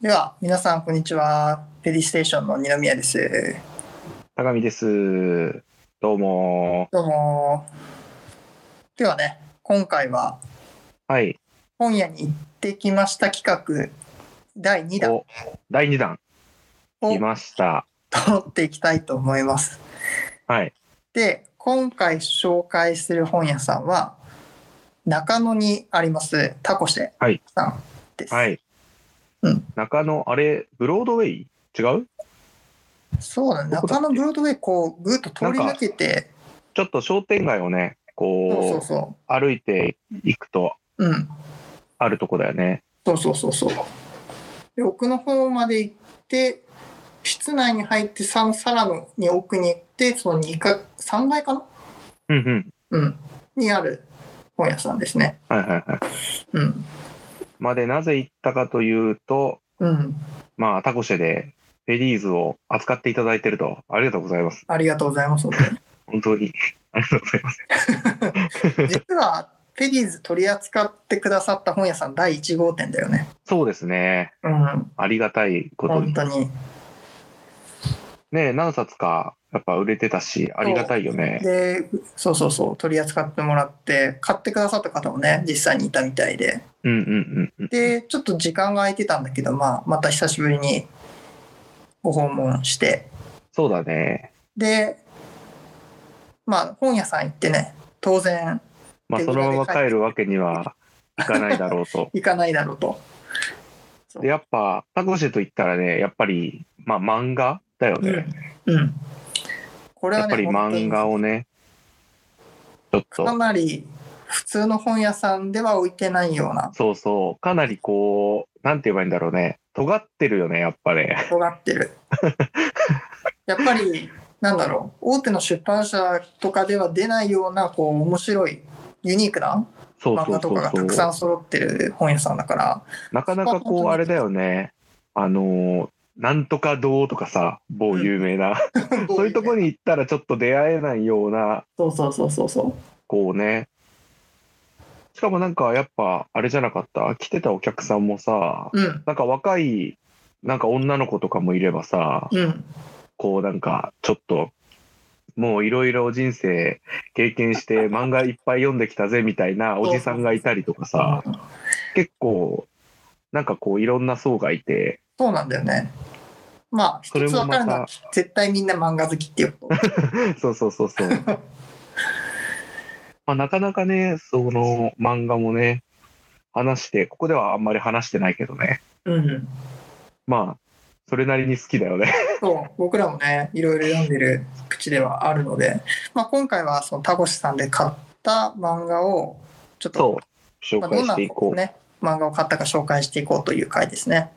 では、皆さん、こんにちは。ペディステーションの二宮です。高見です。どうも。どうも。ではね、今回は、はい。本屋に行ってきました企画、第2弾をお第2弾、来ました。撮っていきたいと思います。はい。で、今回紹介する本屋さんは、中野にあります、タコシェはいさんです。はい。うん中野、あれ、ブロードウェイ違うそうだね、どこだ中っけ野ブロードウェイ、こう、ぐーっと通り抜けて、ちょっと商店街をね、そうそうこう、そ歩いていくとう。うん。あるとこだよね。そうそうそうそう。で奥の方まで行って室内に入ってささらに奥に行ってその2か3階かな、うんうん。うん、にある本屋さんですね。はいはいはい。うんまで、なぜ行ったかというと、うん、まあ、タコシェで、フェリーズを扱っていただいてると。ありがとうございます。ありがとうございます。本当に本当に。ありがとうございます。 実はペディーズ取り扱ってくださった本屋さん第1号店だよね。そうですね。うん、ありがたいことに本。当に。ねえ何冊かやっぱ売れてたしありがたいよねで、そうそうそう、取り扱ってもらって、買ってくださった方もね、実際にいたみたいで。うんうんうんうんでちょっと時間が空いてたんだけど、まあ、また久しぶりにご訪問してそうだねでまあ本屋さん行ってね当然まあでそのまま帰るわけにはいかないだろう と行かないだろうとでやっぱタコシェと言ったらねやっぱりまあ漫画だよね、うんこれはやっぱねり漫画をねちょ本当っにかとなり普通の本屋さんでは置いてないようなそうそうかなりこうなんて言えばいいんだろうね尖ってるよねやっぱね尖って るやっぱりなんだろう大手の出版社とかでは出ないようなこう面白いユニークなそう漫そ画うとそかがたうくそさうん揃ってる本屋さんだからなかなかこうあれだよねあのなんとか堂とかさ某有名な、そういうとこに行ったらちょっと出会えないようなそうそうそうそうそこうね。しかもなんかやっぱあれじゃなかった来てたお客さんもさ、ううんなんか若いなんか女の子とかもいればさ、うんこうなんかちょっともういろいろ人生経験して漫画いっぱい読んできたぜみたいなおじさんがいたりとかさ、結構なんかこういろんな層がいて、そうなんだよねまあ一それつも分かるのまは絶対みんな漫画好きっていうこと そうそうそう そう。まあ、なかなかね、その漫画もね、話して、ここではあんまり話してないけどね。うんまあ、それなりに好きだよ ね。そう僕らもねいろいろ読んでる口ではあるので、まあ、今回はそのタコシさんで買った漫画をちょっと、紹まあ、介どんしなていこう。ね漫画を買ったか紹介していこうという回ですね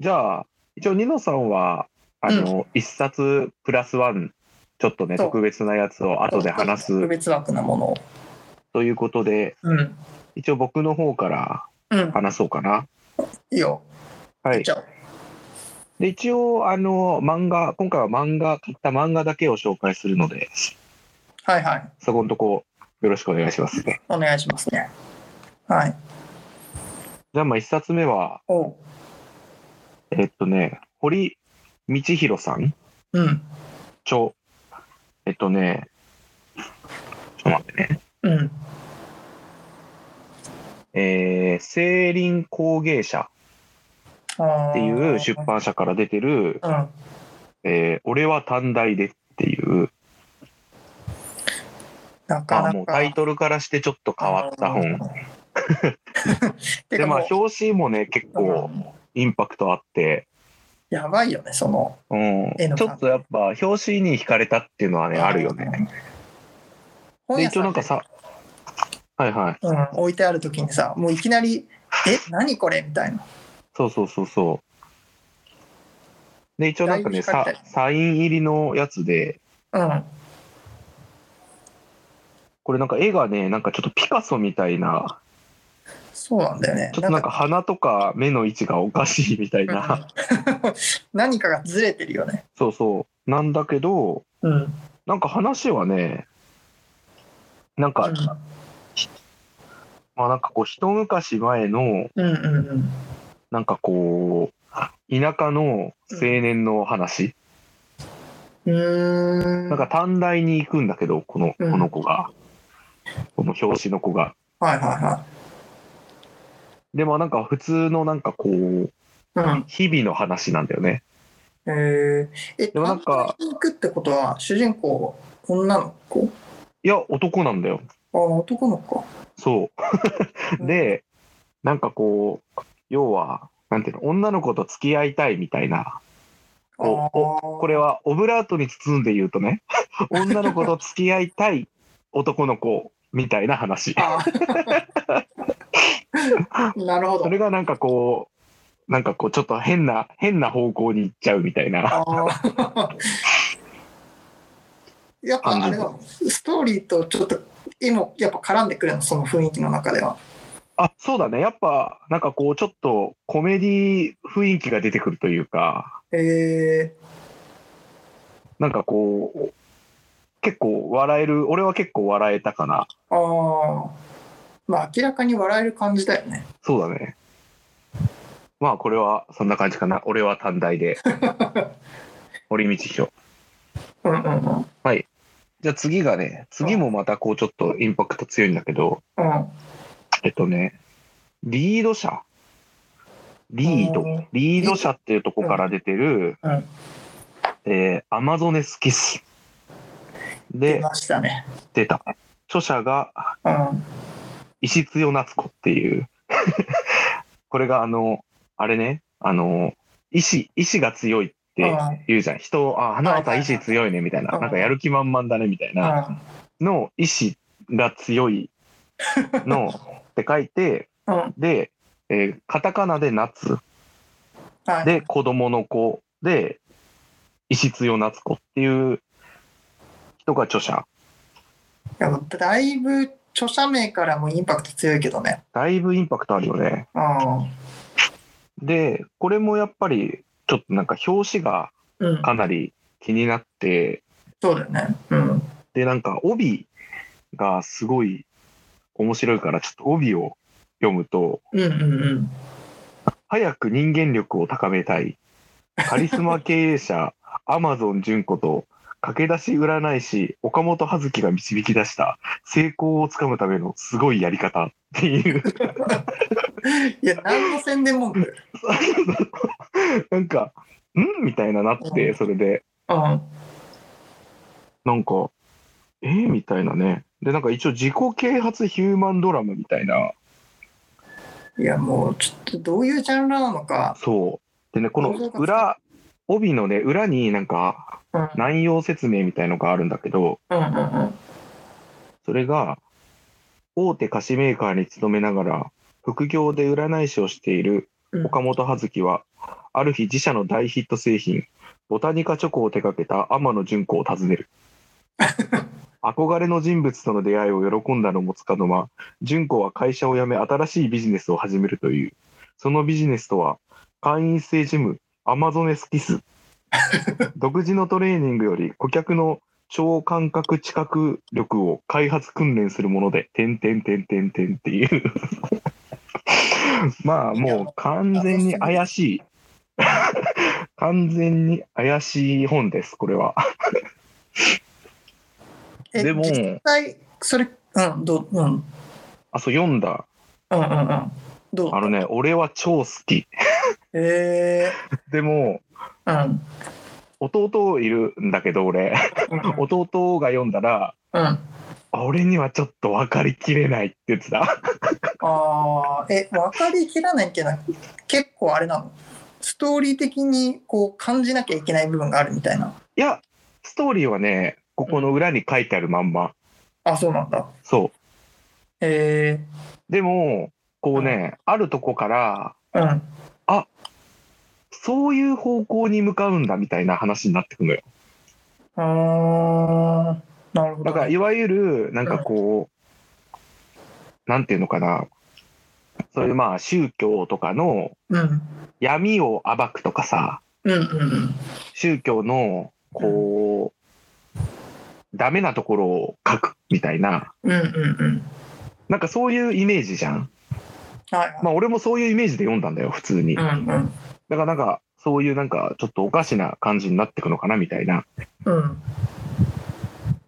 じゃあ、一応、ニノさんは、あの、一、冊プラスワン、ちょっとね、そう特別なやつを後で話特す別枠なものをということで、うん一応僕の方からうん話そうかな。いいよは行っいち。ゃおうで、一応、あの、漫画、今回は漫画、買った漫画だけを紹介するので、はいはいそこのとこ、よろしくお願いしますね。お願いしますねはいじゃあ、まあ、一冊目は、おうえっとね、堀道弘さんうん著、えっとね、ちょっと待ってね、うんえー、聖林工芸っ社っていう出版社から出てる、うん、えー俺は短大でっていう、なかなまあ、かもうタイトルからしてちょっと変わった 本。。てで、かまもあ、う、表紙もね、結構うんインパクトあって、やばいよね、その。うん絵の、ち感ょっとやっぱ、表紙に惹かれたっていうのはね、あるよね。うん。本で、屋一応なんかささ、はいはい、んで、うん、置いてある時にさ、もういきなり、え、何これみたいな。そうそうそうそう。で、一応なんかね、だいぶ惹さかれたサイン入りのやつで、うん。これなんか絵がね、なんかちょっとピカソみたいな、そうなんだよね。ちょっとなんか鼻とか目の位置がおかしいみたいなんかな、うん 何かがずれてるよね。そうそう、なんだけど、うん。なんか話はね、なんか、まあなんかこう、一昔前の、うんうんうん。なんかこう、田舎の青年の話、うーん。なんか短大に行くんだけど、この、こうんの子が、この表紙の子が。はいはでもなんか普通のなんかこう、いはい。うん。日々の話なんだよね。えー、え、でもなんか短大に行くってことは、主人公、女の子いや、男なんだよ。ああ、男の子か。そうう。んで、なんかこう、要は、なんていうの、女の子と付き合いたいみたいな。おおこれは。はオブラートに包んで言うとね、女の子と付き合いたい男の子みたいな話。あーなるほそどれ。がなんかこう、なんかこう、ちょっと変な、変な方向に行っちゃうみたいな。ああ。 やっぱあれだ、ストーリーとちょっと絵もやっぱ絡んでくるの、その雰囲気の中では。あ、そうだね。やっぱ、なんかこう、ちょっとコメディ雰囲気が出てくるというか、えなんかこう、結構笑える、俺は結構笑えたかな。ー、ああ。まあ明らかに笑える感じだよね。 そうだね。まあ、これはそんな感じかな。俺は短大 で。堀道彦。うんうんうん。じゃあ次がね、次もまたこう、ちょっとインパクト強いんだけど、うん。えっとね、リード社。リード。うんリード社っていうとこから出てる、うんうんえーアマゾネスキス。出で、ましたね。出た。著者がうん。石津代夏子っていう。 これがあの、あれね、あの、意志、意志が強いって言うじゃん。人、あ、花はいはいは形い意志強いねみたいな、うんなんかやる気満々だねみたいうな、の意志が強いのって書いて、ん。うん。で、えーカタカナで夏。はい。で、子供の子で、石津代夏子っていう人が著者。いやだいぶ著者名からもインパクト強いけどね。だいぶインパクトあるよね。うで、これもやっぱり、ちょっとなんか表紙がん。うん。かなり気になって、そうだよね。うん。で、なんか帯がすごい面白いから、ちょっと帯を読むと、うんうんうん。早く人間力を高めたい。カリスマ経営者、 アマゾン純子と、駆け出し占い師、岡本葉月が導き出した、成功をつかむためのすごいやり方っていう、いや、何の宣伝文句。なんか、んみたいななって、それで、うん。なんか、えー、みたいなね。で、なんか一応自己啓発ヒューマンドラマみたいな、いやもうちょっとどういうジャンルなのか、そう。でね、この裏、帯のね、裏になんかうん、うん内容説明みたいのがあるんだけど、うんうんそれが、大手菓子メーカーに勤めながら、副業で占い師をしているうん岡本葉月は、ある日自社の大ヒット製品、ボタニカチョコを手掛けた天野純子を訪ねる。憧れの人物との出会いを喜んだのもつかの間、純子は会社を辞め新しいビジネスを始めるという。そのビジネスとは、会員制ジム、アマゾネスキス。独自のトレーニングより顧客の超感覚知覚力を開発訓練するもので、てんてんてんてんてんっていう。まあもう完全に怪しい。 完全に怪しい本です、これは。えでも実際それうんどううんうんあ、そう、読んだ。うんうんどうあのね、俺は超好き。えでも、ー、うん弟いるんだけど、俺。うん弟が読んだら、うんああ俺にはちょっと分かりきれないって言ってた。あーえ分かりきらないけど結構あれなのストーリー的にこう感じなきゃいけない部分があるみたいないや、ストーリーはね、ここの裏に書いてあるまんま。あそうなんだそえう。でも、こうね、あるとこから、ー、うんそういう方向に向かうんだみたいな話になってくるのよ。あーなるほどだから、いわゆる、なんかこう、なんていうのかな。そういうまあ、宗教とかのうん闇を暴くとかさ、うんうんうん宗教の、こう、ダメなところを書くみたいな、うんうんうんなんかそういうイメージじゃん。はいはい。まあ俺もそういうイメージで読んだんだよ、普通に。だうんからなんか、そういうなんか、ちょっとおかしな感じになってくのかな、みたいな。うん。うん。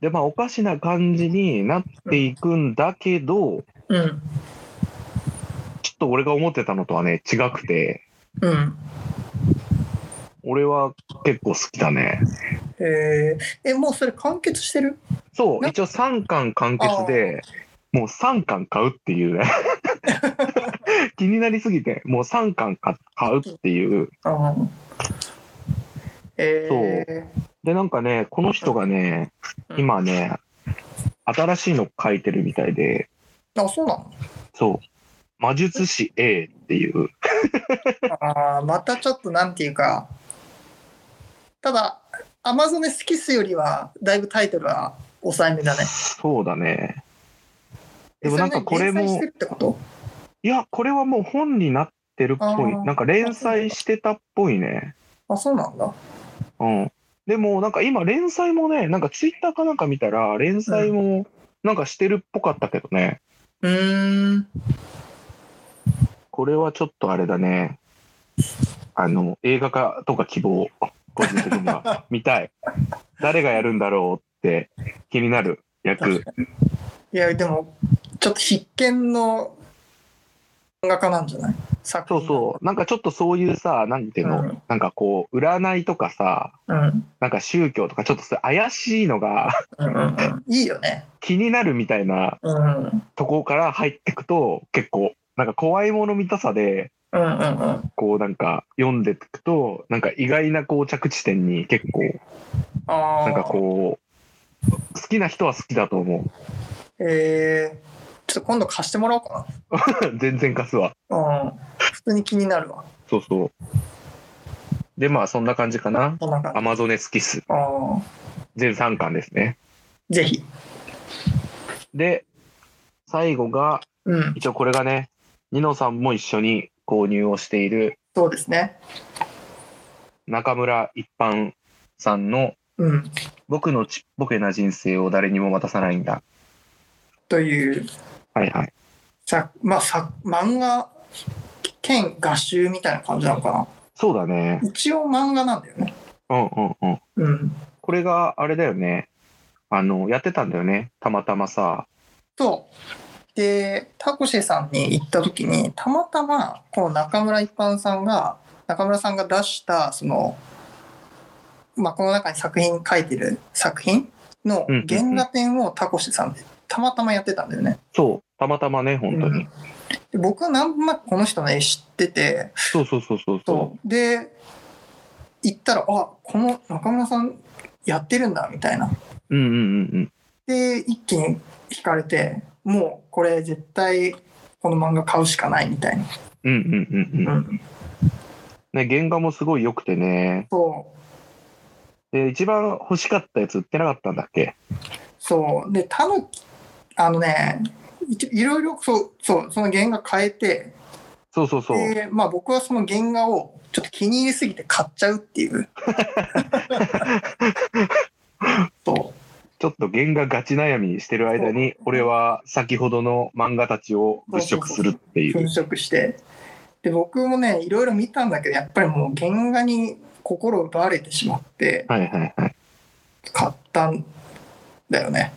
で、まあおかしな感じになっていくんだけど、うん。ちょっと俺が思ってたのとはね、違くて、うん。俺は結構好きだね。えー、え、もうそれ完結してるそう、な一応3巻完結で、もう3巻買うっていうね。気になりすぎて、もう3巻か買うっていう。ああ。えで、なんかね、この人がね、うん今ね、新しいの書いてるみたいで、ー、あ、そうなのそう、魔術師 A っていう、ああ、またちょっとなんていうか、ただ、アマゾネスキスよりは、だいぶタイトルは抑えめだね。そうだね。えでもなんかこれそねも連載して、るってこといや、これはもう本になってるっぽい。あーなんか連載してたっぽいね。あ、そうなんだ。うん。でも、なんか今、連載もね、なんかツイッターかなんか見たら、連載もなんかしてるっぽかったけどね。うーん。これはちょっとあれだね。あの、映画化とか希望、個人的に は。見たい。誰がやるんだろうって気になる役。いや、でも、ちょっと必見の漫画家なんじゃない作そ品うそう。なんかちょっとそういうさ、なんていうの、うんなんかこう、占いとかさ、う。うん。なんか宗教とか、ちょっとそういう怪しいのが うんうんうん。いいよね。気になるみたいなうん。うんところから入ってくと、結構、なんか怖いもの見たさで、うんうん。こうなんか読んでいくとなんか意外なこう着地点に結構ああ。なんかこう好きな人は好きだと思うえー、ちょっと今度貸してもらおうか 全然貸すわな。うん。普通に気になるわ。そうそうでまあそんな感じかなこんなア感じ。マゾネスキスああ。全3巻ですねぜひ。で最後がうん。一応これがねニノさんも一緒に購入をしているそうですね。中村一般さんのうん。 「僕のちっぽけな人生を誰にも渡さないんだという、」はいはいさ、まあ、さ、漫画兼画集みたいな感じなのかそうだねな。一応漫画なんだよね。うんうんうんうん。これがあれだよね。あの、やってたんだよね。たまたまさ。と、で、タコシェさんに行った時に、たまたま、この中村一般さんが、中村さんが出した、その、まあ、この中に作品書いてる作品のうんうんうん原画展をタコシェさんで、たまたまやってたんだよね。そう。たまたまね、本当うに。んで僕はなんとなくこの人の絵知ってて、そうそうそうそうそそうで、行ったら、あ、この中村さんやってるんだ、みたいな。う。うんうんうんうん。で、一気に惹かれて、もうこれ絶対この漫画買うしかないみたいな。うんうんうんううん。んね、原画もすごい良くてね。そう、で、一番欲しかったやつ売ってなかったんだっけそう。で、たぬき、あのね、いいろいろそう、そう、その原画変えて、そうそうそう。で、まあ僕はその原画をちょっと気に入りすぎて買っちゃうって いう。そ、ちょっと原画ガチ悩みしてる間に、俺は先ほどの漫画たちを物色するっていうう粉。飾して。で、僕もね、いろいろ見たんだけど、やっぱりもう原画に心を奪われてしまって、はいはいはい。買ったんだよね。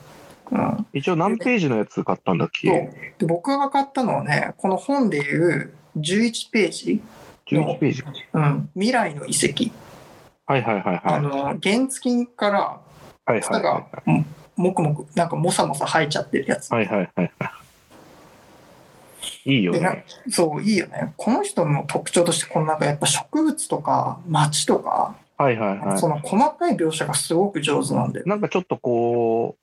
うん。一応何ページのやつ買ったんだっそうけで僕が買ったのはねこの本でいう11ページ、 ?11 ページ。うん、未来の遺跡、はいはいはいあはい。の原付からはいは草いはいがうんもくもくなんかもさもさ生えちゃってるやつ、はいはいはいはい。いいよでなね。そういいよねこの人の特徴としてこのなんかやっぱ植物とか街とか、はいはいはい。その細かい描写がすごく上手なんでなんかちょっとこう、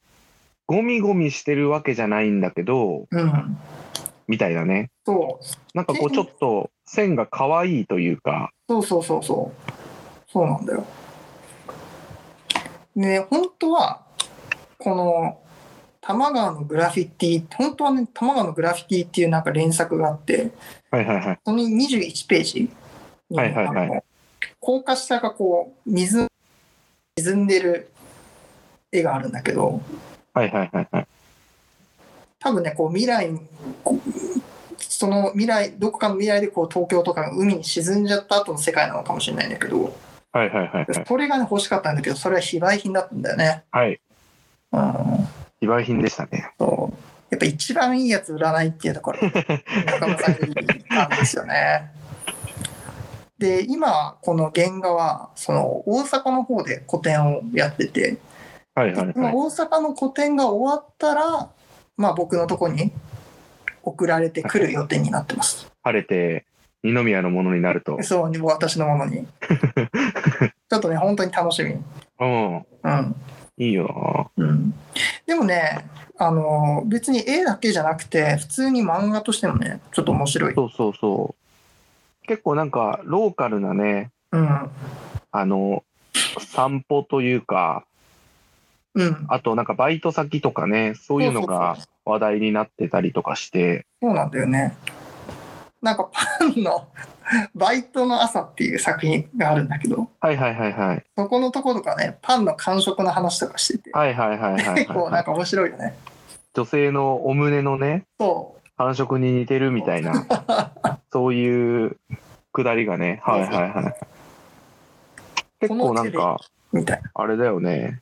ゴミゴミしてるわけじゃないんだけど、うんみたいなね。そうなんかこう、ちょっと線が可愛いというか、そうそうそうそう。そうなんだよ。ね、本当は、この、玉川のグラフィティ、本当はね、玉川のグラフィティっていうなんか連作があって、はいはいはい。その21ページに、はいはいはいあの高架下がこう、水、沈んでる絵があるんだけど、はいはいはいはい。多分ね、こう未来にこうその未来どこかの未来でこう東京とか海に沈んじゃった後の世界なのかもしれないんだけどはいはいはいはい。それがね欲しかったんだけどそれは非売品だったんだよね。はい。うん、非売品でしたね。そうやっぱ一番いいやつ売らないっていう ところ中村さんが言ったんですよね。で今この原画はその大阪の方で個展をやってて、はいはいまはあい。大阪の個展が終わったら、まあ、僕のとこに送られてくる予定になってます。晴れて、二宮のものになると。そう、私のもの に。ちょっとね、本当に楽しみ。うん。うん。いいようん。でもね、あの、別に絵だけじゃなくて、普通に漫画としてもね、ちょっと面白。ないそうそうそう。結構なんか、ローカルなね、うん。あの、散歩というか、うん。あとなんかバイト先とかね、そういうのがそうそう話題になってたりとかして、そうなんだよね。なんかパンの バイトの朝っていう作品があるんだけど、はいはいはいはい。そこのところがね、パンの感触の話とかしてて、はいはいはいはいはい、結構なんか面白いよね。女性のお胸のね、そ繁殖に似てるみた いな、そういうくだりがね、はいはいはい。結構なんか、う、みたいな。あれだよね。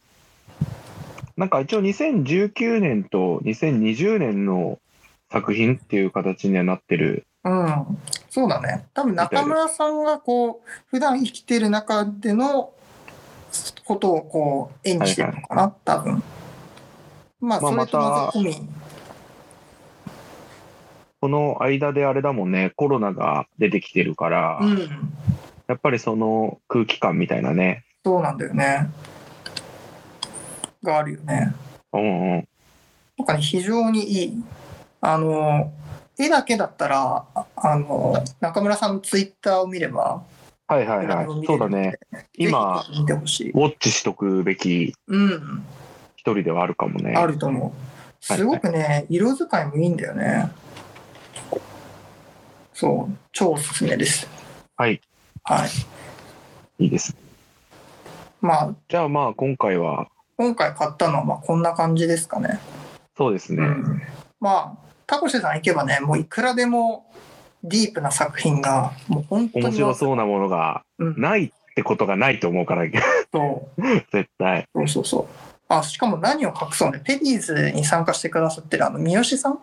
なんか一応2019年と2020年の作品っていう形にはなってる。うん、そうだね。多分中村さんがこう、普段生きてる中でのことをこう、絵にしてるのかな、多分。まあ、まあそれとままたず込み。この間であれだもんね、コロナが出てきてるから、うん、やっぱりその空気感みたいなね。そうなんだよね。があるよね。うんうん。なんかね、非常にいい。あの、絵だけだったら、ああの、中村さんのツイッターを見れば、はいはいはい。そうだね。今、ぜひ見てほしいウ。ォッチしとくべきうん、一人ではあるかもね。あると思う。すごくね、色使いもいいんだよね。そう、超おすすめです。はい。はい。いいですね。まあ、じゃあまあ今回は、今回買ったのはまあこんな感じですかね。そうですね。うんまあ、タコシさん行けばね、もういくらでもディープな作品が、もう本当に面白そうなものがうんないってことがないと思うから、 そう絶対。そうそうそう。あしかも何を隠そうね、ペディーズに参加してくださってるあの三好さん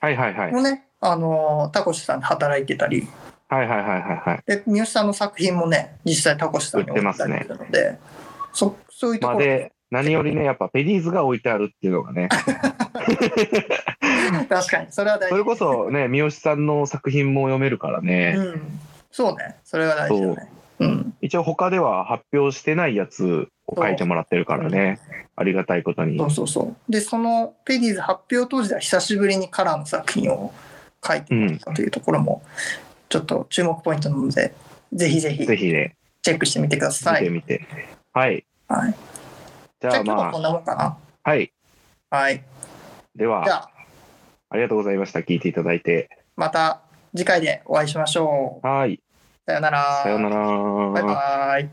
はいはいはい。もね、あのタコシさんで働いてたり、はいはいはいはいはい。で三好さんの作品もね実際タコシさんに置いてあるので、そそういうとまこあろで、何よりね、やっぱペディーズが置いてあるっていうのが ね、確かにそれは大そ事れこそね、三好さんの作品も読めるからね、うん、そうねそれは大事だねうん一応他では発表してないやつを書いてもらってるからね、ありがたいことにそ。うそうそうでそのペディーズ発表当時では久しぶりにカラーの作品を書いてもらったというところもちょっと注目ポイントなので、ぜひぜひぜひね、チェックしてみてくだ見さい、てみて。はい。はい、じじゃゃああ今日はまこんなもんかなあ、はい。はいじでゃは、あありがとうございました。聞いていただいて。また次回でお会いしましょうはい。さよならさようなら。バイバイ